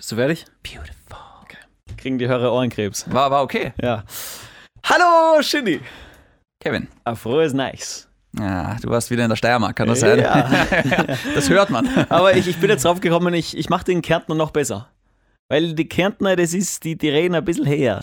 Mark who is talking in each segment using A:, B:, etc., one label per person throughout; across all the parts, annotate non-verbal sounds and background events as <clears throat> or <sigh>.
A: zufällig?
B: Beautiful. Okay. Kriegen die Hörer Ohrenkrebs.
A: War, war okay.
B: Ja. Hallo, Shindy.
A: Kevin.
B: Ein frohes Nice.
A: Ja, du warst wieder in der Steiermark, kann das sein?
B: Ja.
A: <laughs> Das hört man.
B: Aber ich, ich bin jetzt drauf gekommen, ich, ich mache den Kärntner noch besser. Weil die Kärntner, das ist, die, die reden ein bisschen her.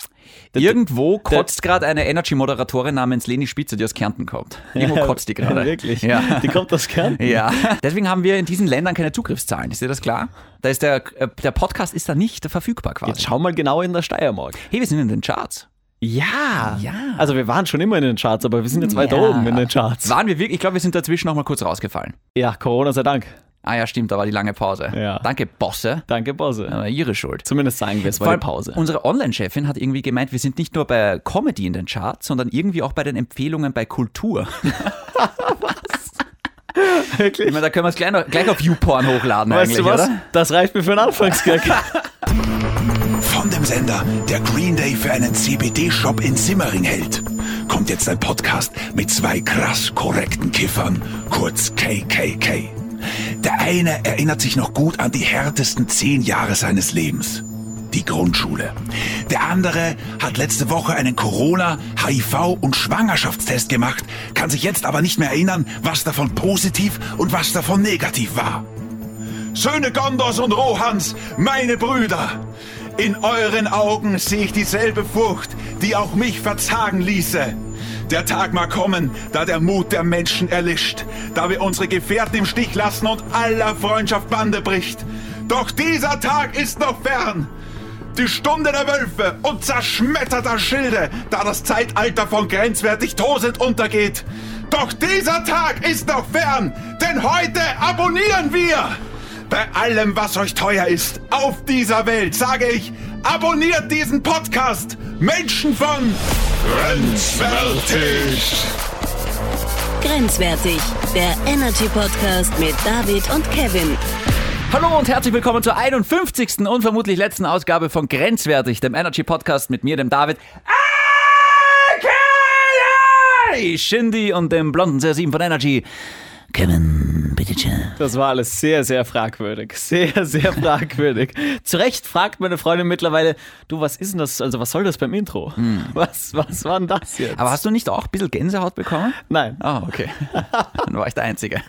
A: <laughs>
B: Der- <laughs>
A: Irgendwo kotzt gerade eine Energy-Moderatorin namens Leni Spitzer, die aus Kärnten kommt. Irgendwo kotzt die gerade.
B: <laughs> Wirklich?
A: Ja.
B: Die kommt aus Kärnten.
A: Ja, deswegen haben wir in diesen Ländern keine Zugriffszahlen. Ist dir das klar? Da ist der, äh, der Podcast ist da nicht verfügbar
B: Jetzt
A: quasi.
B: schau mal genau in der Steiermark.
A: Hey, wir sind in den Charts.
B: Ja.
A: Ja.
B: Also wir waren schon immer in den Charts, aber wir sind jetzt weiter
A: Ja.
B: oben in den Charts.
A: Waren wir wirklich? Ich glaube, wir sind dazwischen noch mal kurz rausgefallen.
B: Ja, Corona sei Dank.
A: Ah ja, stimmt, da war die lange Pause.
B: Ja.
A: Danke, Bosse.
B: Danke, Pause.
A: Aber ihre Schuld.
B: Zumindest sagen wir, es war die
A: Vor allem
B: Pause.
A: Unsere Online-Chefin hat irgendwie gemeint, wir sind nicht nur bei Comedy in den Charts, sondern irgendwie auch bei den Empfehlungen bei Kultur. <laughs> Ich
B: Wirklich?
A: meine, da können wir es gleich, noch- gleich auf YouPorn hochladen
B: Weißt
A: eigentlich,
B: du was?
A: oder?
B: Das reicht mir für einen Anfangsgag.
A: <laughs>
C: Von dem Sender, der Green Day für einen CBD-Shop in Simmering hält, kommt jetzt ein Podcast mit zwei krass korrekten Kiffern, kurz KKK. Der eine erinnert sich noch gut an die härtesten zehn Jahre seines Lebens. Die Grundschule. Der andere hat letzte Woche einen Corona, HIV und Schwangerschaftstest gemacht, kann sich jetzt aber nicht mehr erinnern, was davon positiv und was davon negativ war. Söhne Gondors und Rohans, meine Brüder! In euren Augen sehe ich dieselbe Furcht, die auch mich verzagen ließe. Der Tag mag kommen, da der Mut der Menschen erlischt, da wir unsere Gefährten im Stich lassen und aller Freundschaft Bande bricht. Doch dieser Tag ist noch fern! Die Stunde der Wölfe und zerschmetterter Schilde, da das Zeitalter von grenzwertig tosend untergeht. Doch dieser Tag ist noch fern, denn heute abonnieren wir! Bei allem, was euch teuer ist, auf dieser Welt, sage ich, abonniert diesen Podcast! Menschen von Grenzwertig!
D: Grenzwertig, der Energy Podcast mit David und Kevin.
A: Hallo und herzlich willkommen zur 51. und vermutlich letzten Ausgabe von Grenzwertig, dem Energy Podcast mit mir, dem David. aka Shindy und dem blonden CR7 von Energy. Kevin, bitte schön.
B: Das war alles sehr, sehr fragwürdig. Sehr, sehr fragwürdig. Zu Recht fragt meine Freundin mittlerweile, du, was ist denn das? Also, was soll das beim Intro?
A: Hm.
B: Was, was war denn das jetzt?
A: Aber hast du nicht auch ein bisschen Gänsehaut bekommen?
B: Nein.
A: Ah, <laughs> okay. Dann war ich der Einzige.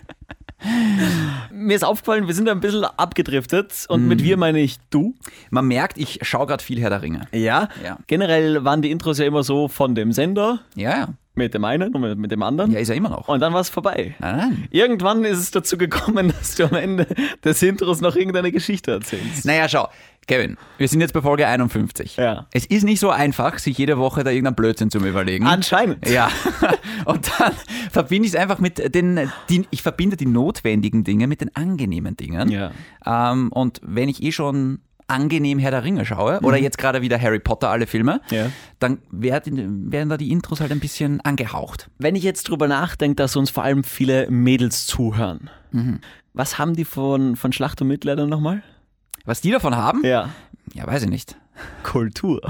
B: Mir ist aufgefallen, wir sind ein bisschen abgedriftet und
A: Hm.
B: mit wir meine ich du.
A: Man merkt, ich schaue gerade viel Herr der Ringe.
B: Ja.
A: Ja.
B: Generell waren die Intros ja immer so von dem Sender
A: Ja, ja.
B: mit dem einen und mit- mit dem anderen.
A: Ja, ist er immer noch.
B: Und dann war es vorbei.
A: Nein, nein.
B: Irgendwann ist es dazu gekommen, <laughs> dass du am Ende des Intros noch irgendeine Geschichte erzählst.
A: Naja, schau. Kevin, wir sind jetzt bei Folge 51.
B: Ja.
A: Es ist nicht so einfach, sich jede Woche da irgendeinen Blödsinn zu überlegen.
B: Anscheinend.
A: ja. <laughs> Und dann verbinde ich es einfach mit den, die, ich verbinde die notwendigen Dinge mit den angenehmen Dingen.
B: Ja.
A: Ähm, und wenn ich eh schon angenehm Herr der Ringe schaue oder jetzt gerade wieder Harry Potter alle Filme,
B: Mhm. Ja.
A: dann werden, werden da die Intros halt ein bisschen angehaucht.
B: Wenn ich jetzt drüber nachdenke, dass uns vor allem viele Mädels zuhören, was haben die von, von Schlacht um und Mitleider nochmal?
A: Was die davon haben?
B: Ja.
A: Ja, weiß ich nicht.
B: Kultur.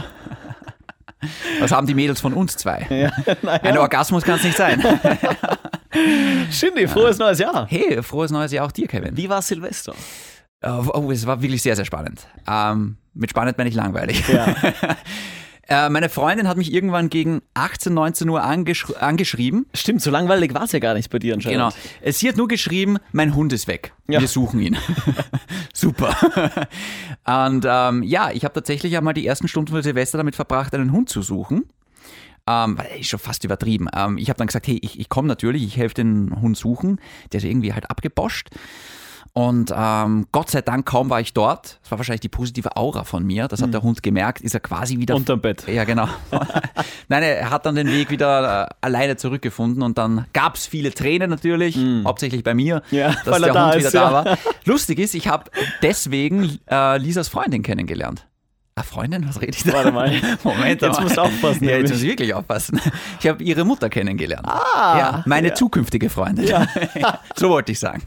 A: Was Also haben die Mädels von uns zwei? Ein Orgasmus kann es nicht sein.
B: Shindy, frohes neues Jahr.
A: Hey, frohes neues Jahr auch dir, Kevin.
B: Wie war Silvester?
A: Oh, oh, es war wirklich sehr, sehr spannend. Ähm, mit spannend meine ich langweilig. <laughs> äh, meine Freundin hat mich irgendwann gegen 18, 19 Uhr angesch angeschrieben.
B: Stimmt, so langweilig war es ja gar nicht bei dir anscheinend.
A: Genau. Es- Sie hat nur geschrieben, mein Hund ist weg.
B: Ja.
A: Wir suchen ihn. <laughs> Super. <laughs> Und ähm, ja, ich habe tatsächlich einmal die ersten Stunden von Silvester damit verbracht, einen Hund zu suchen. Ähm, weil ist schon fast übertrieben. Ähm, ich habe dann gesagt, hey, ich, ich komme natürlich, ich helfe den Hund suchen. Der ist irgendwie halt abgeboscht. Und ähm, Gott sei Dank, kaum war ich dort. Das war wahrscheinlich die positive Aura von mir. Das hat der Hund gemerkt. Ist er quasi wieder
B: Unterm Bett.
A: ja, genau. <laughs> Nein, er hat dann den Weg wieder äh, alleine zurückgefunden und dann gab es viele Tränen natürlich, hauptsächlich bei mir,
B: Mm. Ja,
A: dass
B: weil er
A: der
B: da
A: Hund
B: ist,
A: wieder da
B: ja.
A: war. Lustig ist, ich habe deswegen äh, Lisas Freundin kennengelernt. Ah, Freundin? Was rede ich da?
B: <laughs> Warte <laughs> mal.
A: <laughs> Moment,
B: Jetzt
A: mal.
B: musst du aufpassen,
A: Ja, jetzt
B: nämlich.
A: muss ich wirklich aufpassen. Ich habe ihre Mutter kennengelernt. Ah, ja, meine zukünftige Freundin. <laughs> so wollte ich sagen.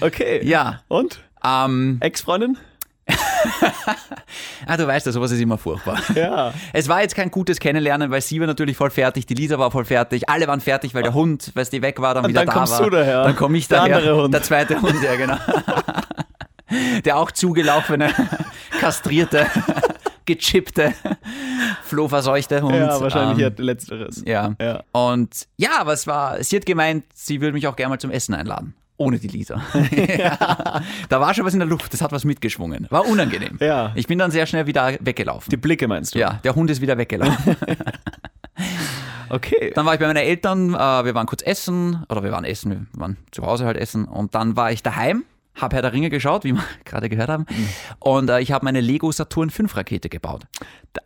B: Okay.
A: Ja.
B: Und?
A: Ähm,
B: Ex-Freundin?
A: ah, du weißt ja, sowas ist immer
B: <laughs>
A: furchtbar.
B: Ja.
A: Es war jetzt kein gutes Kennenlernen, weil sie war natürlich voll fertig, die Lisa war voll fertig, alle waren fertig, weil der Hund, weißt du, weg war, dann wieder
B: Ah. dann
A: da
B: kommst
A: war.
B: du daher.
A: Dann komme ich
B: Der
A: daher.
B: andere Hund.
A: Der zweite Hund, ja genau. <laughs> Der auch zugelaufene, <laughs> kastrierte, <laughs> gechippte, flohverseuchte Hund.
B: ja, wahrscheinlich
A: ähm,
B: hat letzteres.
A: ja.
B: Ja.
A: Und ja, aber es war, sie hat gemeint, sie würde mich auch gerne mal zum Essen einladen. Ohne die
B: <laughs>
A: Lisa. <laughs> ja. Da war schon was in der Luft, das hat was mitgeschwungen. War unangenehm.
B: Ja.
A: Ich bin dann sehr schnell wieder weggelaufen.
B: Die Blicke meinst du?
A: ja, der Hund ist wieder weggelaufen.
B: Okay.
A: dann war ich bei meinen Eltern, äh, wir waren kurz essen, oder wir waren essen, wir waren zu Hause halt essen. Und dann war ich daheim, habe Herr der Ringe geschaut, wie wir <laughs> gerade gehört haben. Und äh, ich habe meine Lego Saturn 5 Rakete gebaut.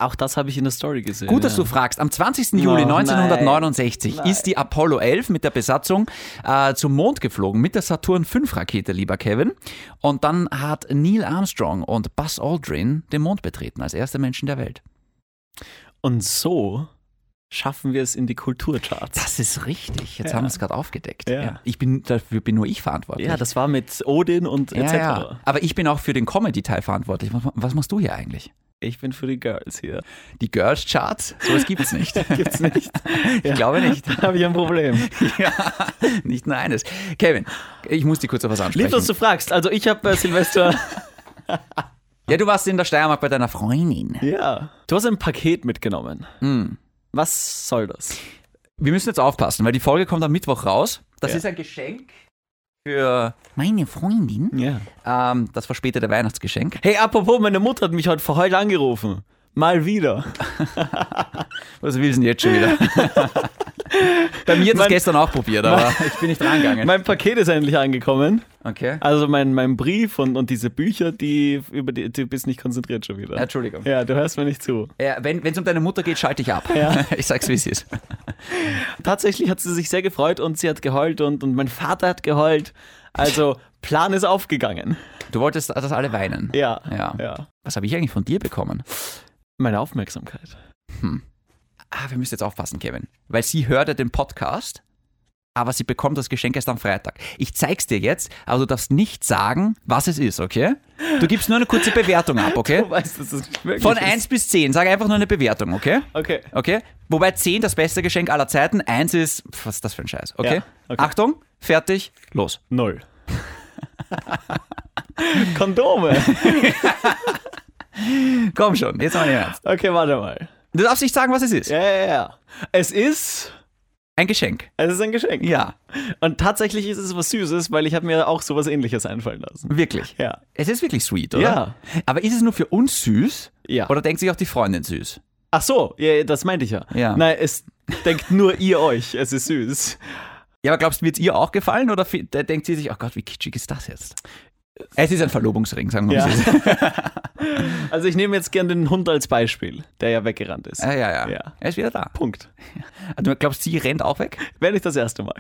B: Auch das habe ich in der Story gesehen.
A: Gut, dass du fragst. Am 20. Juli
B: Oh, nein.
A: 1969 ist die Apollo 11 mit der Besatzung äh, zum Mond geflogen, mit der Saturn 5 Rakete, lieber Kevin. Und dann hat Neil Armstrong und Buzz Aldrin den Mond betreten, als erste Menschen der Welt.
B: Und so schaffen wir es in die Kulturcharts.
A: Das ist richtig. Jetzt
B: Ja.
A: haben wir es gerade aufgedeckt.
B: Ja.
A: Ich bin, dafür bin nur ich verantwortlich.
B: Ja, das war mit Odin und etc.
A: ja, ja. Aber ich bin auch für den Comedy-Teil verantwortlich. Was, was machst du hier eigentlich?
B: Ich bin für die Girls hier.
A: Die Girls Charts? So was gibt's nicht.
B: <laughs>
A: <laughs>
B: Gibt's <laughs> nicht.
A: Ich glaube nicht.
B: Da habe ich ein Problem.
A: ja, nicht nur eines. Kevin, ich muss dir kurz auf was ansprechen.
B: Lieb, dass du fragst. Also ich habe äh, <laughs> Silvester.
A: Ja, du warst in der Steiermark bei deiner Freundin.
B: ja. Du hast ein Paket mitgenommen. Was soll das?
A: Wir müssen jetzt aufpassen, weil die Folge kommt am Mittwoch raus. Das
B: Ja.
A: ist ein Geschenk für meine Freundin.
B: Ja.
A: Ähm, das verspätete Weihnachtsgeschenk.
B: Hey, apropos, meine Mutter hat mich heute vor heute angerufen. Mal wieder.
A: Was willst du denn jetzt schon
B: <laughs>
A: wieder? bei mir hat es
B: Mein-
A: gestern auch probiert, aber ich bin nicht rangegangen.
B: <laughs> Mein Paket ist endlich angekommen.
A: Okay.
B: Also mein, mein Brief und, und diese Bücher, die über die du bist nicht konzentriert schon wieder.
A: Entschuldigung.
B: Ja, du hörst mir nicht zu.
A: Äh, wenn es um deine Mutter geht, schalte ich ab. <laughs> Ich sag's, wie es ist.
B: Tatsächlich hat sie sich sehr gefreut und sie hat geheult und, und mein Vater hat geheult. Also Plan ist aufgegangen.
A: Du wolltest, dass alle weinen.
B: Ja.
A: Ja. Was habe ich eigentlich von dir bekommen?
B: Meine Aufmerksamkeit.
A: Ah, wir müssen jetzt aufpassen, Kevin. Weil sie hörte den Podcast, aber sie bekommt das Geschenk erst am Freitag. Ich zeig's dir jetzt, aber du darfst nicht sagen, was es ist, okay? Du gibst nur eine kurze Bewertung ab, okay?
B: <laughs> Du weißt, dass es wirklich
A: Von
B: ist.
A: 1 bis 10, sag einfach nur eine Bewertung, okay?
B: Okay.
A: Okay? Wobei 10 das beste Geschenk aller Zeiten, 1 ist, pf, was ist das für ein Scheiß, okay?
B: Ja, okay.
A: Achtung, fertig, los.
B: Null. <laughs> Kondome.
A: Komm schon, jetzt mal im Ernst.
B: Okay, warte mal.
A: Du darfst nicht sagen, was es ist.
B: Ja, ja, ja. Es ist.
A: Ein Geschenk.
B: Es ist ein Geschenk.
A: Ja,
B: Und tatsächlich ist es was Süßes, weil ich habe mir auch sowas ähnliches einfallen lassen.
A: wirklich.
B: Ja.
A: Es ist wirklich sweet, oder?
B: Ja.
A: Aber ist es nur für uns süß?
B: Ja.
A: Oder denkt sich auch die Freundin süß?
B: Ach so, ja, das meinte ich ja.
A: Ja.
B: Nein, es denkt nur ihr euch, es ist süß.
A: Ja, aber glaubst du, wird ihr auch gefallen oder fi- da denkt sie sich, oh Gott, wie kitschig ist das jetzt? Es ist ein Verlobungsring, sagen wir
B: Ja.
A: mal.
B: <laughs>
A: so.
B: Also ich nehme jetzt gern den Hund als Beispiel, der ja weggerannt ist.
A: Ja, ja, ja,
B: Ja.
A: Er ist wieder da.
B: Punkt.
A: Du glaubst, sie rennt auch weg?
B: Wäre nicht das erste Mal.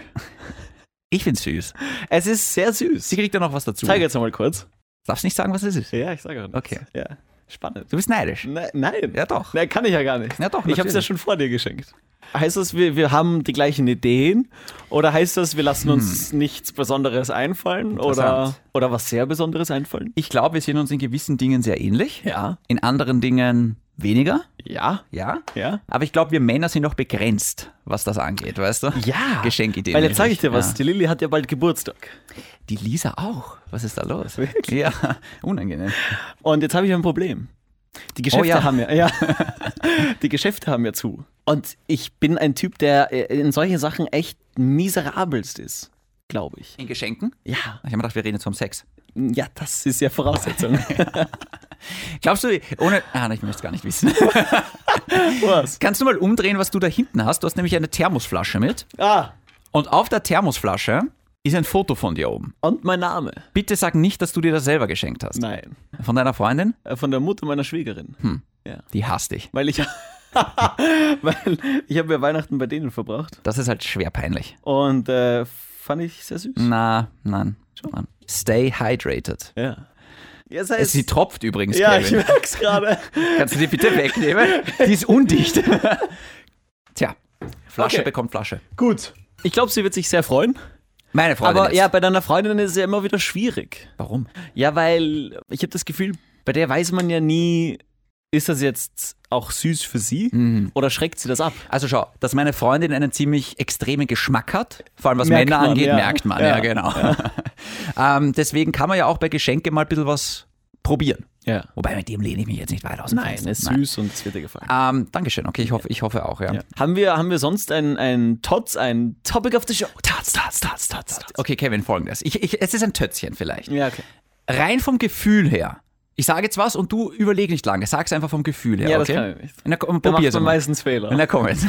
A: Ich find's süß.
B: Es ist sehr süß.
A: Sie kriegt ja noch was dazu.
B: Zeig jetzt nochmal kurz.
A: Darfst nicht sagen, was es ist.
B: Ja, ich sage auch nichts.
A: Okay.
B: Ja. Spannend.
A: Du bist neidisch.
B: Ne- nein.
A: Ja, doch.
B: Nein, kann ich ja gar nicht.
A: Ja, doch,
B: Ich habe es ja
A: natürlich.
B: schon vor dir geschenkt. Heißt das, wir, wir haben die gleichen Ideen? Oder heißt das, wir lassen uns nichts Besonderes einfallen? Oder,
A: Interessant.
B: oder was sehr Besonderes einfallen?
A: Ich glaube, wir sind uns in gewissen Dingen sehr ähnlich.
B: Ja.
A: In anderen Dingen weniger.
B: Ja.
A: Ja.
B: Ja.
A: Aber ich glaube, wir Männer sind noch begrenzt, was das angeht, weißt du?
B: Ja.
A: Geschenkideen.
B: Weil jetzt sage ich dir
A: Ja.
B: was, die Lilly hat ja bald Geburtstag.
A: Die Lisa auch. Was ist da los? Ja, <laughs> unangenehm.
B: Und jetzt habe ich ein Problem. Die Geschäfte
A: ja.
B: haben Oh ja, <laughs> ja. Die Geschäfte haben ja zu. Und ich bin ein Typ, der äh, in solchen Sachen echt miserabelst ist, glaube ich.
A: In Geschenken?
B: Ja,
A: Ich habe mir gedacht, wir reden jetzt vom Sex.
B: ja, das ist ja <laughs> Voraussetzung.
A: Glaubst du, ohne. Ah, nein, ich möchte es gar nicht wissen. <laughs>
B: was?
A: Kannst du mal umdrehen, was du da hinten hast? Du hast nämlich eine Thermosflasche mit.
B: Ah,
A: Und auf der Thermosflasche ist ein Foto von dir oben.
B: und mein Name.
A: Bitte sag nicht, dass du dir das selber geschenkt hast.
B: Nein,
A: Von deiner Freundin?
B: Äh, von der Mutter meiner Schwiegerin.
A: Die hasst dich.
B: Weil ich, <laughs> weil ich habe ja Weihnachten bei denen verbracht.
A: Das ist halt schwer peinlich.
B: Und äh, fand ich sehr süß.
A: Na, nein. nein. Stay hydrated.
B: Ja. ja das heißt,
A: Sie tropft übrigens,
B: ja, ich
A: Kevin.
B: merk's <laughs> gerade.
A: Kannst du die bitte <laughs> wegnehmen? Die ist undicht. Tja, Flasche
B: Okay.
A: bekommt Flasche.
B: Gut. Ich glaube, sie wird sich sehr freuen.
A: Meine Freundin.
B: Aber
A: jetzt.
B: ja, bei deiner Freundin ist es ja immer wieder schwierig.
A: Warum?
B: Ja, weil ich habe das Gefühl, bei der weiß man ja nie, ist das jetzt auch süß für sie oder schreckt sie das ab?
A: Also schau, dass meine Freundin einen ziemlich extremen Geschmack hat, vor allem was
B: Merkt
A: Männer
B: man,
A: angeht,
B: ja.
A: merkt man, ja,
B: Ja.
A: genau. <laughs> Ähm, deswegen kann man ja auch bei Geschenke mal ein bisschen was probieren.
B: Ja.
A: Wobei mit dem lehne ich mich jetzt nicht weit aus. dem
B: Nein,
A: Fenster.
B: es ist süß und es wird dir gefallen.
A: Ähm, Dankeschön. Okay, ich hoffe, ich hoffe auch, ja.
B: Ja. Haben, wir, haben wir sonst ein, ein Tots, ein Topic of the Show? Tots, Tots, Tots, Tots, Tots.
A: Okay, Kevin, folgendes. Ich, ich, es ist ein Tötzchen vielleicht.
B: Ja, okay.
A: Rein vom Gefühl her. Ich sage jetzt was und du überleg nicht lange. Sag's einfach vom Gefühl her,
B: Ja, das
A: okay?
B: kann ich nicht.
A: Na, komm,
B: Da
A: probier's
B: macht man
A: mal.
B: meistens Fehler.
A: Na komm jetzt.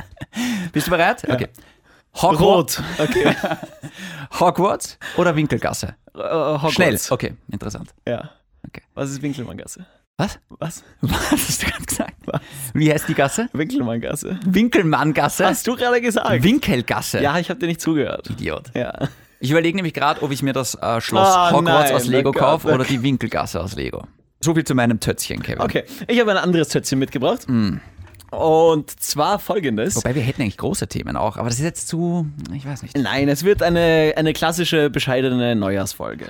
A: <laughs> Bist du bereit? Okay. Hogwarts,
B: Rot. <laughs> Okay.
A: Hogwarts oder Winkelgasse?
B: Äh, Hogwarts.
A: Schnell. Okay, interessant.
B: Ja.
A: Okay.
B: Was ist Winkelmanngasse?
A: Was?
B: Was?
A: <laughs> Was hast du gerade gesagt? Wie heißt die Gasse?
B: Winkelmanngasse.
A: Winkelmanngasse?
B: Hast du gerade gesagt?
A: Winkelgasse?
B: ja, ich habe dir nicht zugehört.
A: Idiot.
B: Ja.
A: Ich überlege nämlich gerade, ob ich mir das äh, Schloss
B: Ah,
A: Hogwarts
B: nein,
A: aus Lego
B: oh Gott,
A: kaufe
B: oh
A: oder die Winkelgasse aus Lego. So viel zu meinem Tötzchen, Kevin.
B: Okay, ich habe ein anderes Tötzchen mitgebracht. Und zwar folgendes.
A: Wobei wir hätten eigentlich große Themen auch, aber das ist jetzt zu, ich weiß nicht.
B: Nein, es wird eine, eine klassische, bescheidene Neujahrsfolge.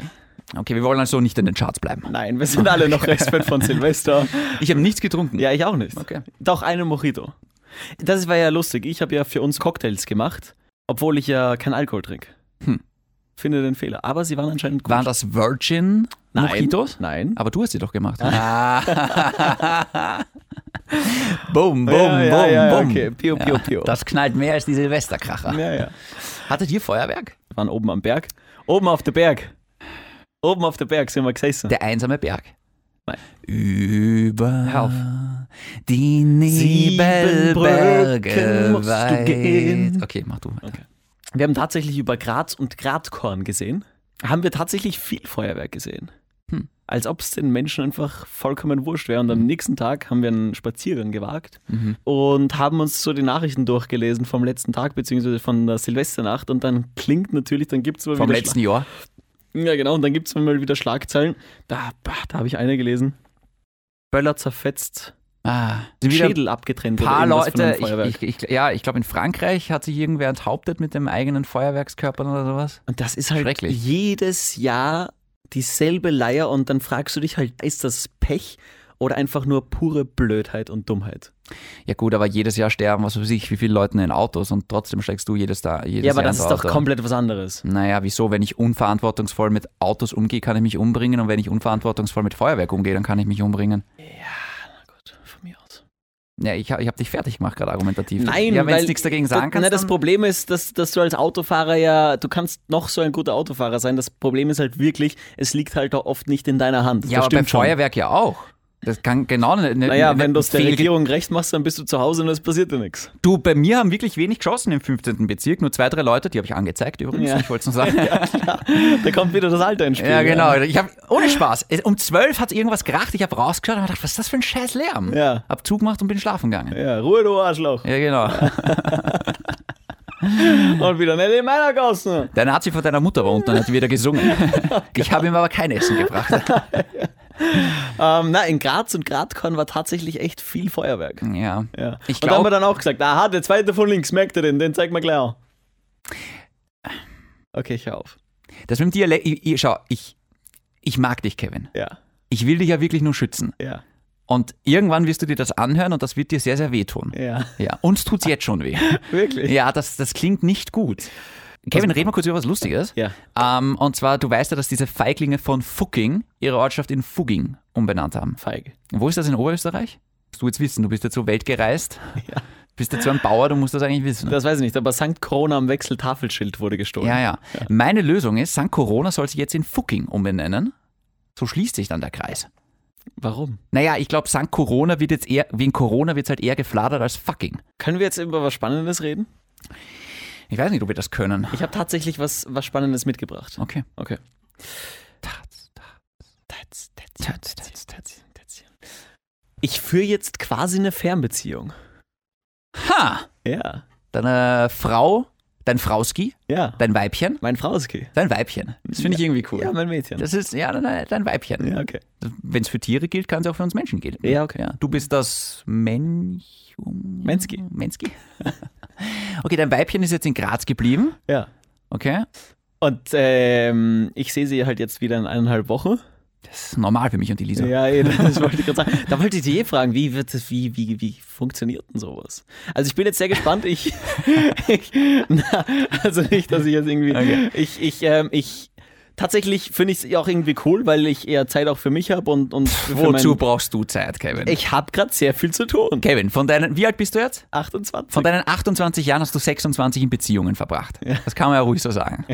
A: Okay, wir wollen also nicht in den Charts bleiben.
B: Nein, wir sind alle noch Respekt von Silvester.
A: <laughs> Ich habe nichts getrunken.
B: Ja, ich auch nicht.
A: Okay.
B: Doch einen Mojito. Das war ja lustig. Ich habe ja für uns Cocktails gemacht, obwohl ich ja keinen Alkohol trinke. Finde den Fehler. Aber sie waren anscheinend gut.
A: Hm. Waren das Virgin
B: Nein.
A: Mojitos?
B: Nein.
A: Aber du hast sie doch gemacht. <laughs> Ah. boom, boom,
B: Ja,
A: boom,
B: ja, ja,
A: boom.
B: okay. Piu, piu, piu.
A: Das knallt mehr als die Silvesterkracher.
B: Ja, ja.
A: Hattet ihr Feuerwerk?
B: Wir waren oben am Berg. Oben auf der Berg. Oben auf der Berg sind wir gesessen.
A: Der einsame Berg.
B: Nein.
A: Über
B: Hör auf.
A: die Nebelberge
B: Brücken musst du
A: weit.
B: gehen.
A: Okay, mach du. weiter.
B: Wir haben tatsächlich über Graz und Gratkorn gesehen. Haben wir tatsächlich viel Feuerwerk gesehen.
A: Hm.
B: Als ob es den Menschen einfach vollkommen wurscht wäre. Und am nächsten Tag haben wir einen Spaziergang gewagt
A: Mhm.
B: und haben uns so die Nachrichten durchgelesen vom letzten Tag, beziehungsweise von der Silvesternacht. Und dann klingt natürlich, dann gibt es mal
A: Vom
B: wieder
A: letzten Jahr.
B: Schla- Ja, genau. Und dann gibt es mal wieder Schlagzeilen. Da, bah, da habe ich eine gelesen. Böller zerfetzt,
A: Ah, sind wieder
B: Schädel abgetrennt.
A: ein paar
B: oder irgendwas von einem
A: Leute.
B: Feuerwerk.
A: Ich, ich, ich, ja, ich glaube, in Frankreich hat sich irgendwer enthauptet mit dem eigenen Feuerwerkskörper oder sowas.
B: Und das ist halt
A: Schrecklich.
B: jedes Jahr dieselbe Leier und dann fragst du dich halt, ist das Pech oder einfach nur pure Blödheit und Dummheit?
A: Ja, gut, aber jedes Jahr sterben, was weiß ich, wie viele Leuten in Autos und trotzdem steckst du jedes, da, jedes
B: ja, aber
A: Jahr
B: das
A: ins
B: ist doch
A: Auto.
B: komplett was anderes.
A: Naja, wieso? Wenn ich unverantwortungsvoll mit Autos umgehe, kann ich mich umbringen. Und wenn ich unverantwortungsvoll mit Feuerwerk umgehe, dann kann ich mich umbringen.
B: Na gut, von mir aus.
A: Ja, ich, hab- ich habe dich fertig gemacht, gerade argumentativ.
B: Nein,
A: ja, wenn
B: weil
A: du nichts dagegen sagen
B: das,
A: kannst.
B: na, das
A: dann-
B: Problem ist, dass, dass du als Autofahrer ja, du kannst noch so ein guter Autofahrer sein. Das Problem ist halt wirklich, es liegt halt auch oft nicht in deiner Hand.
A: ja,
B: das
A: aber beim
B: stimmt schon.
A: Feuerwerk ja auch. Das kann genau eine. eine
B: Naja,
A: eine
B: wenn du es der
A: Fehl-
B: Regierung recht machst, dann bist du zu Hause und es passiert dir nichts.
A: Du, bei mir haben wirklich wenig geschossen im 15. Bezirk. Nur zwei, drei Leute, die habe ich angezeigt übrigens.
B: Ja.
A: Ich wollte es nur sagen.
B: <laughs>
A: Ja,
B: Da kommt wieder das Alter ins Spiel.
A: genau. Ich habe ohne Spaß. es- Um 12 hat irgendwas geracht. Ich habe rausgehört und hab gedacht, was ist das für ein scheiß Lärm?
B: Ja.
A: Hab zugemacht und bin schlafen gegangen.
B: Ja, Ruhe, du Arschloch.
A: Ja, genau.
B: Und wieder nicht in meiner Gassen.
A: Der Nazi von deiner Mutter war unten und hat wieder
B: <laughs>
A: gesungen. Ich habe ihm aber kein Essen gebracht.
B: Ähm, na, in Graz und Gradkorn war tatsächlich echt viel Feuerwerk.
A: Ja.
B: Ja.
A: Ich
B: und da haben
A: glaube,
B: wir dann auch gesagt, aha, der zweite von links, merkt ihr den, den zeig mal gleich auch. Okay, ich hör auf.
A: das mit dem Dialekt. Ich, ich, schau, ich, ich mag dich, Kevin.
B: Ja,
A: Ich will dich ja wirklich nur schützen.
B: ja,
A: Und irgendwann wirst du dir das anhören und das wird dir sehr, sehr wehtun.
B: ja. <laughs>
A: Ja, uns tut's jetzt schon weh.
B: Wirklich?
A: Ja, das, das klingt nicht gut. Kevin,
B: Also-
A: reden wir kurz über was Lustiges.
B: Ja.
A: Ähm, und zwar, du weißt ja, dass diese Feiglinge von Fucking ihre Ortschaft in Fugging umbenannt haben.
B: Feige.
A: Wo ist das in Oberösterreich? Musst du jetzt wissen, du bist jetzt so weltgereist. <laughs> Ja. Bist jetzt so ein Bauer, du musst das eigentlich wissen.
B: Das weiß ich nicht, aber St. Corona am Wechsel Tafelschild wurde gestohlen.
A: ja, ja, Meine Lösung ist, St. Corona soll sich jetzt in Fucking umbenennen. So schließt sich dann der Kreis.
B: Warum?
A: Naja, ich glaube, St. Corona wird jetzt eher, wegen Corona wird es halt eher gefladert als Fucking.
B: Können wir jetzt über was Spannendes reden?
A: Ich weiß nicht, ob wir das können.
B: Ich habe tatsächlich was, was Spannendes mitgebracht.
A: Okay.
B: Okay.
A: Tats,
B: Ich führe jetzt quasi eine Fernbeziehung.
A: Ha!
B: Ja,
A: Deine Frau, dein Frauski,
B: ja.
A: dein Weibchen,
B: Mein Frauski.
A: dein Weibchen. Das finde ich irgendwie cool.
B: Ja, mein Mädchen.
A: das ist, ja, dein- dein Weibchen.
B: ja, okay.
A: Wenn es für Tiere gilt, kann es auch für uns Menschen gelten.
B: Ja, okay.
A: Du bist das Mensch...
B: Menski.
A: Menski? <laughs> okay, dein Weibchen ist jetzt in Graz geblieben.
B: Ja.
A: Okay.
B: Und ähm, ich sehe sie halt jetzt wieder in eineinhalb Wochen.
A: Das ist normal für mich und die Lisa.
B: Ja, eh, das wollte ich gerade sagen. <laughs> Da wollte ich dich eh fragen, wie wird das, wie, wie, wie funktioniert denn sowas? Also ich bin jetzt sehr gespannt. Ich, <laughs> ich na, also nicht, dass ich jetzt irgendwie, ich, ich, ähm, ich tatsächlich finde ich es auch irgendwie cool, weil ich eher Zeit auch für mich habe und, und für
A: Wozu
B: mein-
A: brauchst du Zeit, Kevin?
B: Ich habe gerade sehr viel zu tun.
A: Kevin, von deinen, wie alt bist du jetzt?
B: 28.
A: Von deinen 28 Jahren hast du 26 in Beziehungen verbracht. Das kann man ja ruhig so sagen.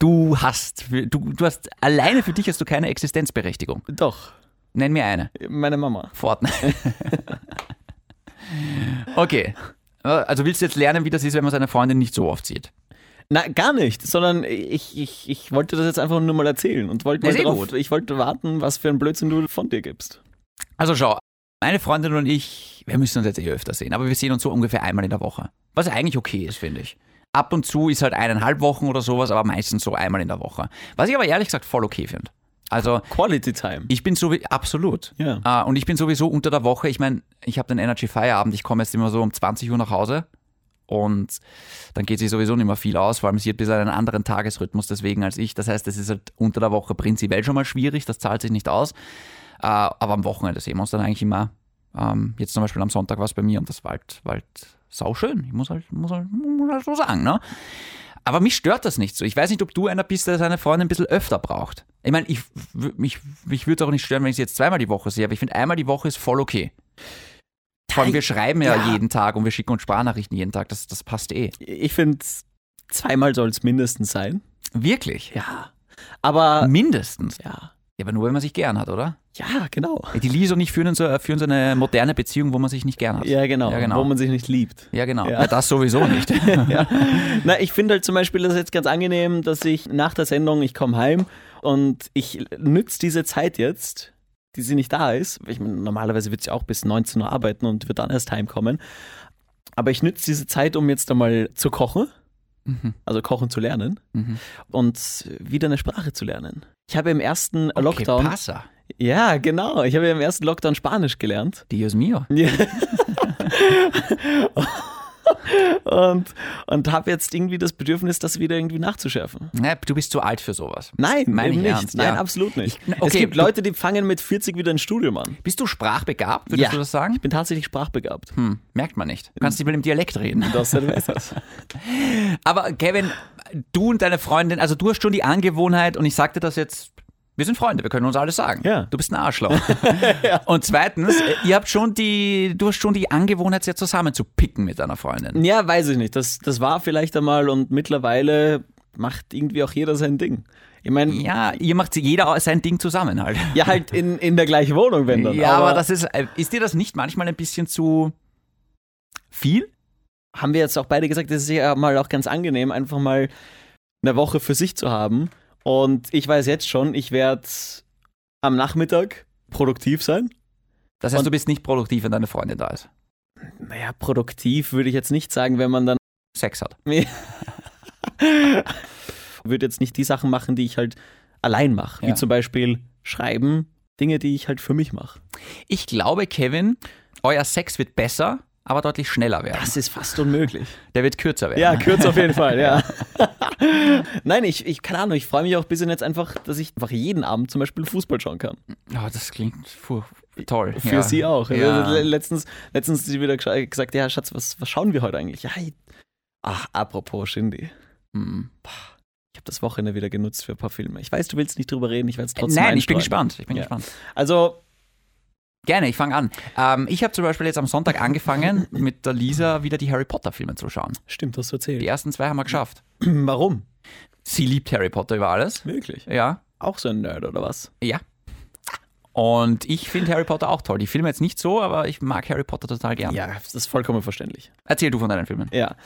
A: Du hast, du, du hast, alleine für dich hast du keine Existenzberechtigung.
B: Doch,
A: Nenn mir eine.
B: meine Mama.
A: Fortnite. <laughs> okay. Also willst du jetzt lernen, wie das ist, wenn man seine Freundin nicht so oft sieht?
B: Na, gar nicht, sondern ich, ich, ich wollte das jetzt einfach nur mal erzählen und wollte
A: Ja,
B: mal
A: sehr
B: drauf,
A: gut.
B: ich wollte warten, was für ein Blödsinn du von dir gibst.
A: Also schau, meine Freundin und ich, wir müssen uns jetzt eh öfter sehen, aber wir sehen uns so ungefähr einmal in der Woche. Was eigentlich okay ist, finde ich. Ab und zu ist halt eineinhalb Wochen oder sowas, aber meistens so einmal in der Woche. Was ich aber ehrlich gesagt voll okay finde. Also
B: Quality Time.
A: Ich bin so absolut.
B: Ja.
A: Ah, und ich bin sowieso unter der Woche, ich meine, ich habe den Energy Feierabend, ich komme jetzt immer so um 20 Uhr nach Hause und dann geht sich sowieso nicht mehr viel aus, vor allem sie hat bis einen anderen Tagesrhythmus deswegen als ich. Das heißt, es ist halt unter der Woche prinzipiell schon mal schwierig, das zahlt sich nicht aus. Ah, aber am Wochenende sehen wir uns dann eigentlich immer. Ähm, jetzt zum Beispiel am Sonntag war es bei mir und das war halt, war halt sauschön. Ich muss halt, muss, halt, muss halt so sagen, ne? Aber mich stört das nicht so. Ich weiß nicht, ob du einer bist, der seine Freundin ein bisschen öfter braucht. Ich meine, ich, w- mich, mich würde es auch nicht stören, wenn ich sie jetzt zweimal die Woche sehe, aber ich finde, einmal die Woche ist voll okay. Vor allem, wir schreiben ja,
B: Ja.
A: jeden Tag und wir schicken uns Sprachnachrichten jeden Tag. Das, das passt eh.
B: Ich finde, zweimal soll es mindestens sein.
A: Wirklich?
B: Ja. Aber,
A: Mindestens.
B: ja.
A: Ja, aber nur, wenn man sich gern hat, oder?
B: Ja, genau.
A: Die Lisa und ich führen so, führen so eine moderne Beziehung, wo man sich nicht gern hat.
B: Ja, genau.
A: Ja, genau.
B: Wo man sich nicht liebt.
A: Ja, genau.
B: Ja.
A: Na, das sowieso
B: <laughs>
A: nicht.
B: ja. Na, ich finde halt zum Beispiel das jetzt ganz angenehm, dass ich nach der Sendung, ich komme heim und ich nütze diese Zeit jetzt, die sie nicht da ist. Ich meine, normalerweise wird sie auch bis 19 Uhr arbeiten und wird dann erst heimkommen. Aber ich nütze diese Zeit, um jetzt einmal zu kochen,
A: Mhm.
B: also kochen zu lernen
A: Mhm.
B: und wieder eine Sprache zu lernen. Ich habe im ersten
A: Okay,
B: Lockdown.
A: Passa.
B: Ja, genau. Ich habe im ersten Lockdown Spanisch gelernt.
A: Dios mio.
B: Ja. <laughs> und und habe jetzt irgendwie das Bedürfnis, das wieder irgendwie nachzuschärfen.
A: Na, du bist zu alt für sowas.
B: Nein,
A: Meine
B: eben
A: ich
B: nicht.
A: ernst,
B: Nein,
A: ja.
B: absolut nicht.
A: Ich- na,
B: es
A: okay,
B: gibt
A: du-
B: Leute, die fangen mit 40 wieder ein Studium an.
A: Bist du sprachbegabt, würdest
B: Ja.
A: du das sagen?
B: Ich bin tatsächlich sprachbegabt.
A: Hm, merkt man nicht. Du kannst nicht mit dem Dialekt reden.
B: Das ist besser.
A: <laughs> Aber Kevin, du und deine Freundin, also du hast schon die Angewohnheit, und ich sagte das jetzt, wir sind Freunde, wir können uns alles sagen.
B: Ja.
A: Du bist ein
B: <laughs>
A: Arschloch. Und zweitens, äh, ihr habt schon die, du hast schon die Angewohnheit, sehr zusammen zu picken mit deiner Freundin.
B: ja, weiß ich nicht. Das, das war vielleicht einmal und mittlerweile macht irgendwie auch jeder sein Ding. Ich meine,
A: Ja,
B: ja.
A: ihr macht jeder sein Ding zusammen halt.
B: halt in, in der gleichen Wohnung, wenn dann.
A: Ja, aber, das ist, äh, ist dir das nicht manchmal ein bisschen zu viel?
B: haben wir jetzt auch beide gesagt, das ist ja mal auch ganz angenehm, einfach mal eine Woche für sich zu haben. Und ich weiß jetzt schon, ich werde am Nachmittag produktiv sein.
A: Das heißt,
B: Und-
A: du bist nicht produktiv, wenn deine Freundin da ist.
B: Naja, produktiv würde ich jetzt nicht sagen, wenn man dann.
A: Sex hat.
B: würde jetzt nicht die Sachen machen, die ich halt allein mache.
A: Ja.
B: Wie zum Beispiel schreiben, Dinge, die ich halt für mich mache.
A: Ich glaube, Kevin, euer Sex wird besser, aber deutlich schneller werden.
B: Das ist fast unmöglich.
A: Der wird kürzer werden.
B: <laughs> Ja, kürz auf jeden Fall, ja. <laughs> Nein, ich, ich, keine Ahnung, ich freue mich auch ein bisschen jetzt einfach, dass ich einfach jeden Abend zum Beispiel Fußball schauen kann.
A: Oh, das klingt fu- toll.
B: Für
A: ja.
B: sie auch.
A: Ja.
B: Also le- Letztens, letztens hat sie wieder gesch- gesagt, ja, Schatz, was, was schauen wir heute eigentlich? Ja, ich- ach, apropos Shindy.
A: Hm.
B: Ich habe das Wochenende wieder genutzt für ein paar Filme. Ich weiß, du willst nicht drüber reden, ich werde es
A: Äh,
B: trotzdem
A: Nein, ich bin
B: einstreuen.
A: gespannt. Ich bin
B: Ja.
A: gespannt.
B: Also,
A: Gerne, ich fange an. Ähm, ich habe zum Beispiel jetzt am Sonntag angefangen, <laughs> mit der Lisa wieder die Harry Potter-Filme zu schauen.
B: stimmt, hast du
A: Die
B: erzählt.
A: ersten zwei haben wir geschafft.
B: <clears throat> Warum?
A: Sie liebt Harry Potter über alles.
B: Wirklich?
A: Ja.
B: Auch so ein Nerd, oder was?
A: Ja. Und ich finde Harry Potter auch toll. Die Filme jetzt nicht so, aber ich mag Harry Potter total gern.
B: Ja, das ist vollkommen verständlich.
A: Erzähl du von deinen Filmen.
B: Ja.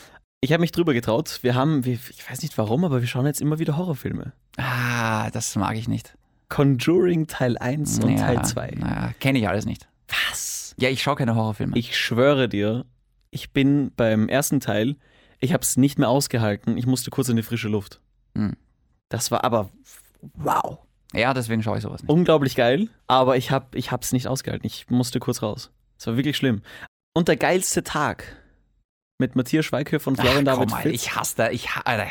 B: Ich habe mich drüber getraut. Wir haben, wir, ich weiß nicht warum, aber wir schauen jetzt immer wieder Horrorfilme.
A: Ah, das mag ich nicht.
B: Conjuring Teil 1 und Teil 2.
A: Naja, kenne ich alles nicht.
B: Was?
A: Ja, ich schaue keine Horrorfilme.
B: Ich schwöre dir, ich bin beim ersten Teil, ich habe es nicht mehr ausgehalten. Ich musste kurz in die frische Luft.
A: Hm.
B: Das war aber wow.
A: ja, deswegen schaue ich sowas nicht.
B: Unglaublich geil, aber ich habe ich hab's nicht ausgehalten. Ich musste kurz raus. Es war wirklich schlimm. Und der geilste Tag mit Matthias Schweighöfer und Florian
A: Ach,
B: David
A: komm, Alter,
B: Fitz.
A: ich hasse da, ich ha- Alter.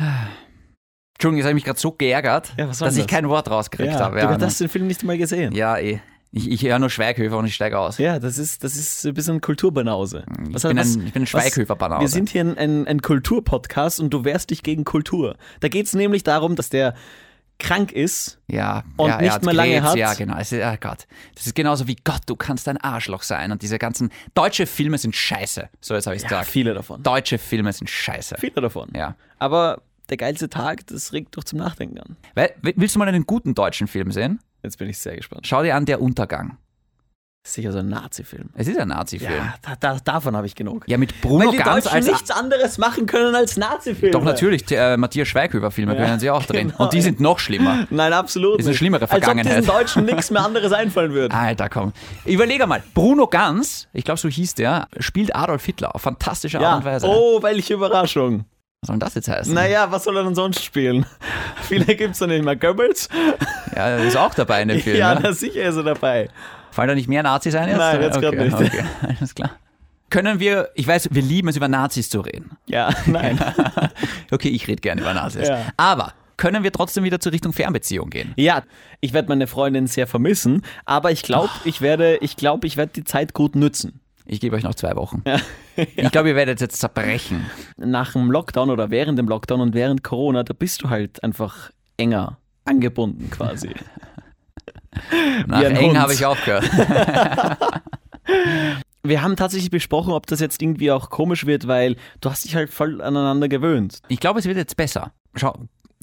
A: Entschuldigung, jetzt habe ich mich gerade so geärgert,
B: Ja, was soll
A: dass
B: denn
A: ich
B: das?
A: kein Wort rausgekriegt
B: ja,
A: habe.
B: du
A: Ja, ne?
B: hast den Film nicht mal gesehen.
A: ja, eh. Ich, ich höre nur Schweighöfer und ich steige aus.
B: Ja, das ist, das ist ein bisschen Kulturbanause.
A: Ich bin ein- ich bin ein Schweighöfer-Banause.
B: Wir sind hier ein, ein, ein Kulturpodcast und du wehrst dich gegen Kultur. Da geht es nämlich darum, dass der krank ist.
A: Ja,
B: Und
A: ja,
B: nicht
A: ja,
B: mal lange
A: Krebs,
B: hat.
A: Ja, genau. Es ist, oh Gott. Das ist genauso wie Gott, du kannst ein Arschloch sein. Und diese ganzen deutsche Filme sind scheiße. So, jetzt habe ich es gesagt.
B: Viele davon.
A: Deutsche Filme sind scheiße.
B: Viele davon.
A: Ja.
B: Aber der geilste Tag, das regt doch zum Nachdenken an.
A: Weil, willst du mal einen guten deutschen Film sehen?
B: Jetzt bin ich sehr gespannt.
A: Schau dir an, Der Untergang.
B: Sicher so ein Nazi-Film.
A: Es ist ein Nazi-Film. Ja.
B: Ja, da, da, davon habe ich genug.
A: mit Bruno
B: Weil die
A: Ganz
B: Deutschen
A: als.
B: nichts anderes machen können als Nazi-Filme.
A: Doch natürlich, die, äh, Matthias Schweighöfer-Filme können sie auch drehen.
B: <laughs> genau.
A: Und die sind noch
B: <laughs>
A: schlimmer.
B: Nein, absolut.
A: Ist eine
B: nicht.
A: schlimmere Vergangenheit. Ah,
B: Als ob diesen Deutschen nichts mehr
A: <laughs>
B: anderes einfallen würde.
A: Alter, komm. Überlege mal, Bruno Ganz, ich glaube, so hieß der, spielt Adolf Hitler auf fantastische Art und Weise.
B: Oh, welche Überraschung.
A: Was soll denn das jetzt heißen?
B: Naja, was soll er denn sonst spielen? <laughs> Viele gibt es doch nicht mehr. Goebbels?
A: Ja, er ist auch dabei in
B: <laughs>
A: dem Film.
B: ja,
A: ne?
B: na, sicher ist er dabei.
A: Fallen da nicht mehr Nazis ein jetzt?
B: Nein, jetzt
A: okay,
B: grad nicht.
A: Okay, <laughs> alles klar. Können wir, ich weiß, wir lieben es, über Nazis zu reden.
B: Ja, <laughs> nein.
A: Okay, ich rede gerne über Nazis.
B: Ja.
A: Aber können wir trotzdem wieder zur Richtung Fernbeziehung gehen?
B: ja, ich werde meine Freundin sehr vermissen, aber ich glaube, ich werde, ich glaube, ich werde die Zeit gut nützen.
A: Ich gebe euch noch zwei Wochen. Ich glaube, ihr werdet jetzt zerbrechen.
B: Nach dem Lockdown oder während dem Lockdown und während Corona, da bist du halt einfach enger angebunden <laughs> quasi.
A: Nach
B: ein
A: Eng
B: Hund.
A: habe ich aufgehört.
B: Wir haben tatsächlich besprochen, ob das jetzt irgendwie auch komisch wird, weil du hast dich halt voll aneinander gewöhnt.
A: <laughs> Ich glaube, es wird jetzt besser. Schau,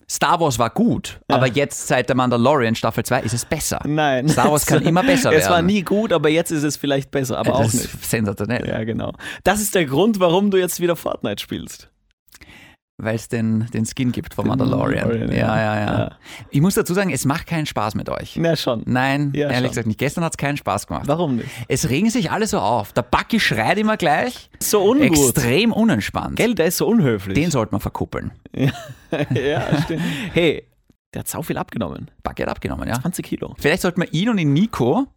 A: Star Wars war gut, aber jetzt seit der Mandalorian Staffel 2 ist es besser.
B: <laughs> Nein.
A: Star Wars kann immer besser
B: Es war
A: werden.
B: nie gut, aber jetzt ist es vielleicht besser, aber auch
A: das
B: nicht.
A: ist sensationell,
B: Ja, genau. Das ist der Grund, warum du jetzt wieder Fortnite spielst.
A: weil es den, den Skin gibt von Mandalorian.
B: Mandalorian,
A: ja, ja,
B: ja.
A: ja,
B: Ja.
A: Ich muss dazu sagen, es macht keinen Spaß mit euch.
B: Na schon.
A: Nein,
B: Ja,
A: ehrlich
B: schon.
A: gesagt nicht. Gestern hat es keinen Spaß gemacht.
B: Warum nicht?
A: Es regen sich alle so auf. Der Bucky schreit immer gleich.
B: So ungut.
A: Extrem unentspannt.
B: Gell, der ist so unhöflich. <laughs>
A: Den sollte man verkuppeln.
B: ja, stimmt. Hey, der hat sau viel abgenommen.
A: Bucky hat abgenommen, ja.
B: 20 Kilo.
A: Vielleicht sollten wir ihn und den Nico.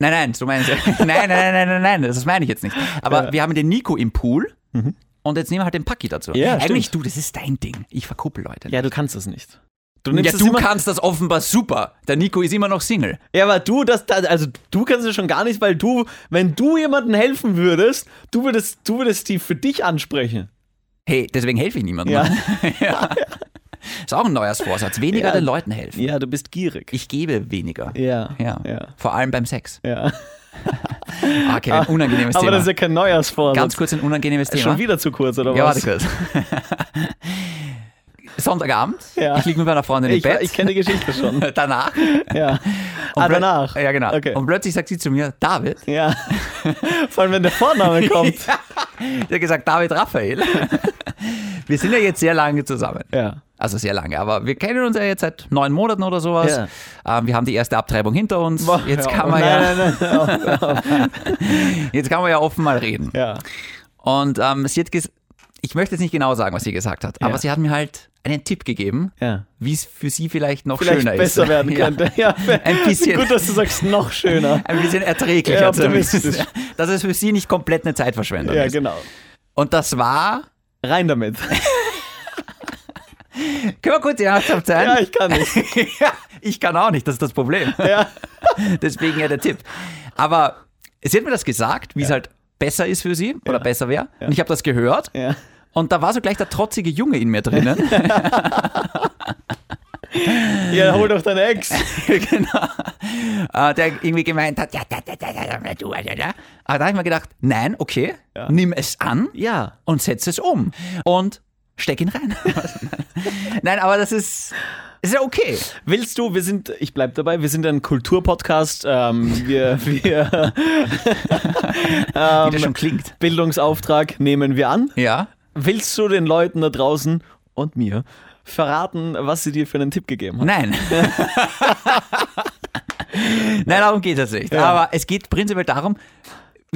A: Nein, nein, so meine ich. <laughs> Nein, nein, nein, nein, nein, nein, das meine ich jetzt nicht. Aber wir haben den Nico im Pool und jetzt nehmen wir halt den Paki dazu.
B: Mhm. Ja,
A: Eigentlich
B: stimmt.
A: du, das ist dein Ding. Ich verkuppel Leute.
B: Ja, du kannst das nicht. Du
A: Ja,
B: nimmst das
A: du
B: immer,
A: kannst das offenbar super. Der Nico ist immer noch Single.
B: Ja, aber du, das, das, also du kannst es schon gar nicht, weil du, wenn du jemandem helfen würdest, du würdest, du würdest die für dich ansprechen.
A: Hey, deswegen helfe ich niemandem.
B: Ja.
A: Ja. <laughs> Ist auch ein Neujahrsvorsatz. Weniger
B: Ja.
A: den Leuten helfen.
B: <laughs> Ja, du bist gierig.
A: Ich gebe weniger.
B: ja.
A: Ja.
B: Ja.
A: Vor allem beim Sex.
B: ja.
A: Ah, okay, ein unangenehmes
B: Aber
A: Thema.
B: das ist ja kein Neujahrsvorsatz.
A: Ganz kurz ein unangenehmes Thema.
B: Schon wieder zu kurz, oder
A: Ja, warte
B: was?
A: kurz.
B: <laughs>
A: Sonntagabend.
B: Ja.
A: Ich liege mit meiner Freundin im
B: ich,
A: Bett.
B: ich kenne die
A: <laughs>
B: Geschichte schon.
A: Danach.
B: Ja.
A: Und
B: ah,
A: plö-
B: danach.
A: Ja, genau.
B: Okay.
A: Und plötzlich sagt sie zu mir, David.
B: Ja. <laughs> Vor allem, wenn der <laughs> Vorname kommt.
A: Ich habe gesagt, David Raphael. <laughs> Wir sind ja jetzt sehr lange zusammen.
B: Ja.
A: Also sehr lange, aber wir kennen uns ja jetzt seit neun Monaten oder sowas. Ähm, wir haben die erste Abtreibung hinter uns.
B: Boah,
A: jetzt,
B: hör
A: kann
B: auf.
A: man ja,
B: Nein, nein, nein.
A: jetzt kann man ja offen mal reden.
B: Ja.
A: Und ähm, sie hat ges ich möchte jetzt nicht genau sagen, was sie gesagt hat, aber
B: Ja.
A: sie hat mir halt einen Tipp gegeben,
B: Ja.
A: wie es für sie vielleicht noch
B: Vielleicht
A: schöner
B: besser
A: ist.
B: werden
A: <laughs> Ja.
B: könnte. Ja.
A: Ein bisschen.
B: Gut, dass du sagst, noch <laughs> schöner.
A: ein bisschen erträglicher
B: Ja,
A: zumindest.
B: optimistisch.
A: <laughs> Dass es für sie nicht komplett eine Zeitverschwendung
B: Ja,
A: ist.
B: genau.
A: Und das war.
B: Rein <laughs> damit.
A: Können wir kurz ernsthaft sein?
B: Ja, ich kann nicht.
A: <laughs> Ja, ich kann auch nicht, das ist das Problem.
B: Ja.
A: <laughs> Deswegen ja der Tipp. Aber sie hat mir das gesagt, wie es halt besser ist für sie oder besser wäre. Und ich habe das gehört.
B: Ja.
A: Und da war so gleich der trotzige Junge in mir
B: <laughs>
A: drinnen.
B: <laughs> ja, hol doch deine Ex.
A: <laughs> genau. Äh, der irgendwie gemeint hat, ja, ja, ja, ja, ja, ja, du, ja, ja. Aber da habe ich mir gedacht, nein, okay, nimm es an
B: Ja.
A: und setz es um und steck ihn
B: <laughs>
A: rein. nein, aber das ist, ist ja okay.
B: Willst du, wir sind, ich bleib dabei, wir sind ein Kulturpodcast. Ähm, wir, <laughs> wir, Ähm,
A: wie das schon klingt.
B: Bildungsauftrag nehmen wir an.
A: Ja.
B: Willst du den Leuten da draußen und mir verraten, was sie dir für einen Tipp gegeben hat? <laughs>
A: Nein. Nein, darum geht es nicht. Aber es geht prinzipiell darum,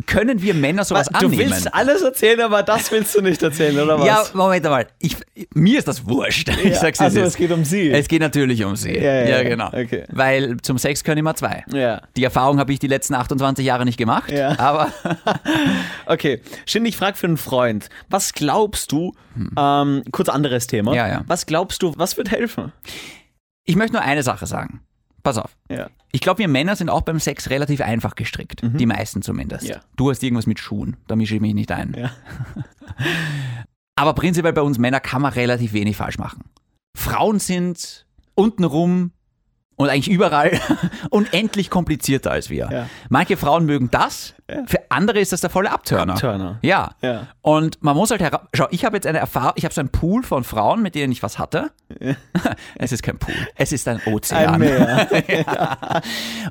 A: können wir Männer sowas
B: du
A: annehmen?
B: willst alles erzählen, aber das willst du nicht erzählen, oder was?
A: ja, Moment mal. Ich, mir ist das wurscht. Ich
B: Ja,
A: sag's dir
B: also
A: jetzt.
B: es geht um sie.
A: Es geht natürlich um sie.
B: Ja, ja, ja.
A: genau.
B: Okay.
A: Weil zum Sex können immer zwei.
B: Ja.
A: Die Erfahrung habe ich die letzten 28 Jahre nicht gemacht.
B: Ja.
A: Aber <laughs>
B: Okay, Shin, ich frage für einen Freund. Was glaubst du, ähm, kurz anderes Thema,
A: Hm. Ja, ja.
B: was glaubst du, was wird helfen?
A: ich möchte nur eine Sache sagen. Pass auf.
B: Ja.
A: Ich glaube, wir Männer sind auch beim Sex relativ einfach gestrickt. Die meisten zumindest.
B: Mhm. Ja.
A: Du hast irgendwas mit Schuhen, da mische ich mich nicht ein.
B: Ja.
A: <laughs> Aber prinzipiell bei uns Männer kann man relativ wenig falsch machen. Frauen sind untenrum und eigentlich überall <laughs> unendlich komplizierter als wir.
B: Ja.
A: Manche Frauen mögen das, für andere ist das der volle Abturner.
B: Turner.
A: Ja.
B: Ja.
A: Und man muss halt herab. Schau, ich habe jetzt eine Erfahrung, ich habe so einen Pool von Frauen, mit denen ich was hatte. <laughs> es ist kein Pool, es ist ein Ozean.
B: Ein Meer.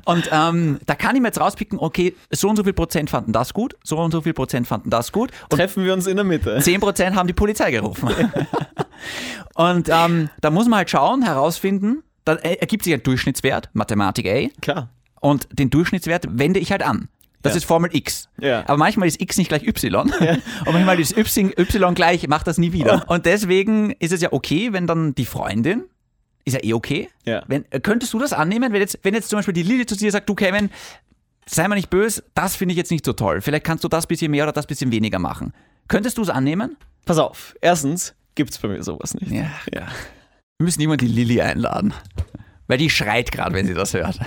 A: Und ähm, da kann ich mir jetzt rauspicken, okay, so und so viel Prozent fanden das gut, so und so viel Prozent fanden das gut und
B: Treffen wir uns in der Mitte.
A: 10 Prozent haben die Polizei gerufen. und ähm, da muss man halt schauen, herausfinden, dann äh, ergibt sich ein Durchschnittswert, Mathematik A,
B: Klar.
A: und den Durchschnittswert wende ich halt an. Das
B: Ja.
A: ist Formel X.
B: Ja.
A: Aber manchmal ist X nicht gleich Y. <laughs> Und manchmal ist Y, y gleich, macht das nie wieder.
B: Oh.
A: Und deswegen ist es ja okay, wenn dann die Freundin, ist ja eh okay.
B: Ja.
A: Wenn, äh, könntest du das annehmen, wenn jetzt, wenn jetzt zum Beispiel die Lilly zu dir sagt, du Kevin, sei mal nicht böse, das finde ich jetzt nicht so toll. Vielleicht kannst du das bisschen mehr oder das bisschen weniger machen. Könntest du es annehmen?
B: Pass auf. Erstens gibt's bei mir sowas nicht.
A: Ja. Wir müssen niemand die Lilly einladen. Weil die schreit gerade, wenn sie das hört.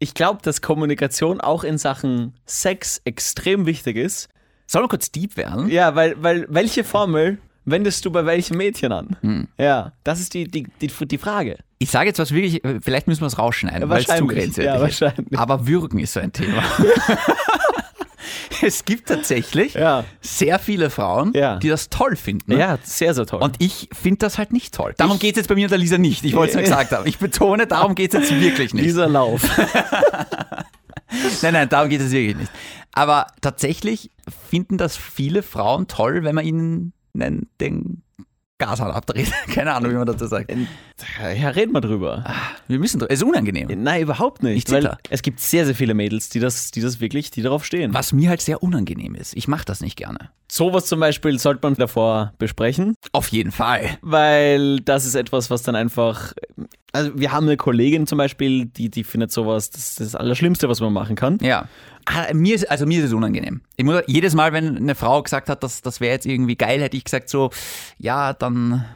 B: Ich glaube, dass Kommunikation auch in Sachen Sex extrem wichtig ist.
A: Sollen wir kurz deep werden?
B: Ja, weil, weil welche Formel wendest du bei welchem Mädchen an?
A: Hm.
B: Ja, das ist die, die, die, die Frage.
A: Ich sage jetzt was wirklich, äh, vielleicht müssen wir es rausschneiden,
B: Ja,
A: weil es zu
B: wahrscheinlich.
A: grenzwertig
B: Ja,
A: ist.
B: wahrscheinlich.
A: Aber Würgen ist so ein
B: <laughs>
A: Thema. es gibt tatsächlich
B: Ja.
A: sehr viele Frauen,
B: Ja.
A: die das toll finden.
B: Ja, sehr, sehr toll.
A: Ne? Und ich finde das halt nicht toll. Darum geht es jetzt bei mir und der Lisa nicht. Ich
B: <laughs>
A: wollte es nur gesagt haben. Ich betone, darum geht es jetzt wirklich nicht.
B: dieser Lauf.
A: Nein, nein, darum geht es wirklich nicht. Aber tatsächlich finden das viele Frauen toll, wenn man ihnen einen, den Gashahn abdreht. <laughs> Keine Ahnung, wie man dazu sagt.
B: Äh, ja, reden wir drüber. Äh,
A: Wir müssen, dr- es ist unangenehm.
B: Nein, überhaupt nicht.
A: Ah. Ich
B: weil
A: zitter.
B: es gibt sehr, sehr viele Mädels, die das, die das wirklich, die darauf stehen.
A: Was mir halt sehr unangenehm ist. Ich mache das nicht gerne.
B: Sowas zum Beispiel sollte man davor besprechen,
A: Auf jeden Fall.
B: weil das ist etwas, was dann einfach. Also, wir haben eine Kollegin zum Beispiel, die, die findet sowas, das ist das Allerschlimmste, was man machen kann.
A: Ja. Ah, Mir ist, also mir ist es unangenehm. Ich muss, jedes Mal, wenn eine Frau gesagt hat, das, das wäre jetzt irgendwie geil, hätte ich gesagt so, ja, dann,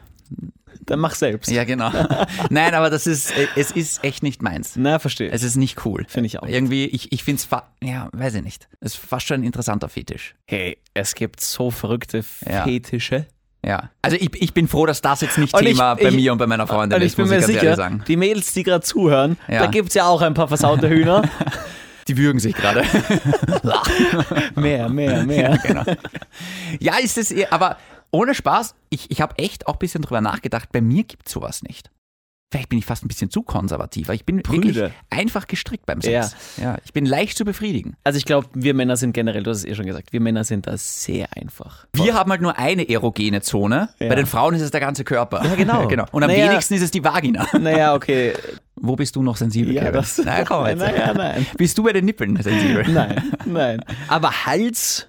B: Dann mach selbst.
A: ja genau. <laughs> Nein, aber das ist, äh, es ist echt nicht meins.
B: Na, verstehe.
A: Es ist nicht cool.
B: Finde ich auch.
A: Irgendwie, ich, ich finde es, ja, weiß ich nicht. Es ist fast schon ein interessanter Fetisch.
B: Hey, es gibt so verrückte
A: Ja.
B: Fetische.
A: Ja. Also ich, ich bin froh, dass das jetzt nicht
B: Und ich-
A: Thema bei
B: ich-
A: mir und bei meiner Freundin
B: Und
A: ist,
B: ich bin
A: muss
B: mir
A: ich ganz
B: sicher,
A: ehrlich sagen.
B: die Mädels, die gerade zuhören,
A: Ja.
B: da gibt es ja auch ein paar versaute Hühner.
A: <laughs> Die würgen sich <laughs> gerade.
B: mehr, mehr, mehr.
A: Ja, ist es, eh- aber ohne Spaß, ich, ich habe echt auch ein bisschen drüber nachgedacht, bei mir gibt sowas nicht. Vielleicht bin ich fast ein bisschen zu konservativ, aber ich bin
B: Brüde.
A: wirklich einfach gestrickt beim Sex. Ja. ich bin leicht zu befriedigen.
B: Also ich glaube, wir Männer sind generell, du hast es eh schon gesagt, wir Männer sind da sehr einfach.
A: Wir haben halt nur eine erogene Zone,
B: Ja.
A: bei den Frauen ist es der ganze Körper. <laughs> Ja,
B: genau.
A: genau. Und am
B: Naja.
A: wenigsten ist es die Vagina.
B: Naja, <laughs> okay.
A: Wo bist du noch sensibel?
B: Ja,
A: Kevin?
B: das-
A: Na, komm jetzt.
B: Naja, nein.
A: Bist du bei den Nippeln sensibel?
B: Nein, nein. Aber Hals,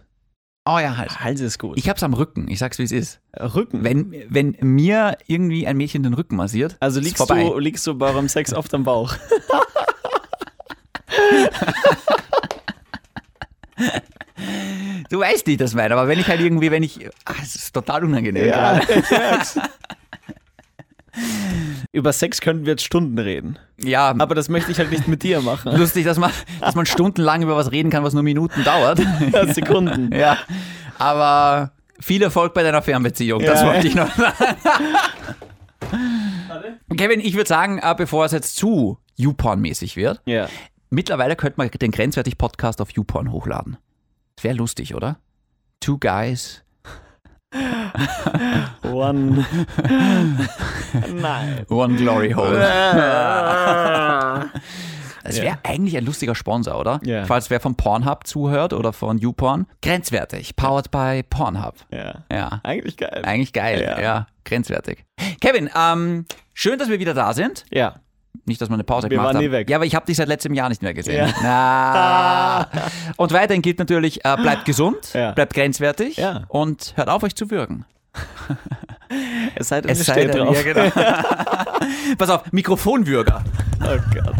A: Oh ja, halt.
B: Hals ist gut.
A: Ich hab's am Rücken, ich sag's wie es ist.
B: Rücken.
A: Wenn, wenn mir irgendwie ein Mädchen den Rücken massiert,
B: also
A: ist
B: liegst
A: vorbei.
B: du, liegst du bei eurem Sex oft am <laughs> Bauch.
A: Du weißt nicht, das mein, aber wenn ich halt irgendwie, wenn ich. Ach, es ist total unangenehm. gerade.
B: <laughs> Über Sex könnten wir jetzt Stunden reden.
A: ja aber
B: Aber das möchte ich halt nicht mit dir <laughs> machen.
A: lustig, dass man, dass man stundenlang über was reden kann, was nur Minuten dauert.
B: Sekunden.
A: ja. Aber viel Erfolg bei deiner Fernbeziehung, das
B: Ja.
A: wollte ich noch sagen. Kevin, ich würde sagen, äh, bevor es jetzt zu YouPorn-mäßig wird,
B: Ja.
A: mittlerweile könnte man den grenzwertig Podcast auf YouPorn hochladen. Das wäre lustig, oder? Two Guys.
B: One. Nein.
A: One Glory
B: <laughs>
A: Hole.
B: Ah.
A: Das wäre eigentlich ein lustiger Sponsor, oder?
B: Ja.
A: Falls wer von Pornhub zuhört oder von YouPorn. Grenzwertig. Powered by Pornhub.
B: ja.
A: Ja.
B: Eigentlich geil.
A: Eigentlich geil. Ja.
B: Ja.
A: Grenzwertig. Kevin, ähm, schön, dass wir wieder da sind.
B: Ja.
A: Nicht, dass wir eine Pause
B: Wir
A: gemacht
B: waren
A: haben.
B: nie weg.
A: Ja, aber ich habe dich seit letztem Jahr nicht mehr gesehen. Na.
B: Ja. <laughs>
A: Und weiterhin gilt natürlich, äh, bleibt gesund,
B: Ja.
A: bleibt grenzwertig
B: Ja.
A: und hört auf, euch zu würgen.
B: Es sei denn,
A: Es sei denn, ja, genau.
B: <laughs>
A: Pass auf, Mikrofonwürger.
B: Oh Gott.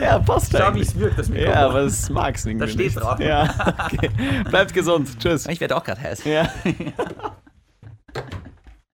B: Ja, passt Schau, eigentlich.
A: wirkt, das
B: Ja, aber es mag's irgendwie
A: Da steht's
B: nicht.
A: drauf.
B: Ja, okay. Bleibt gesund. Tschüss.
A: Ich werde auch gerade heiß.
B: Ja.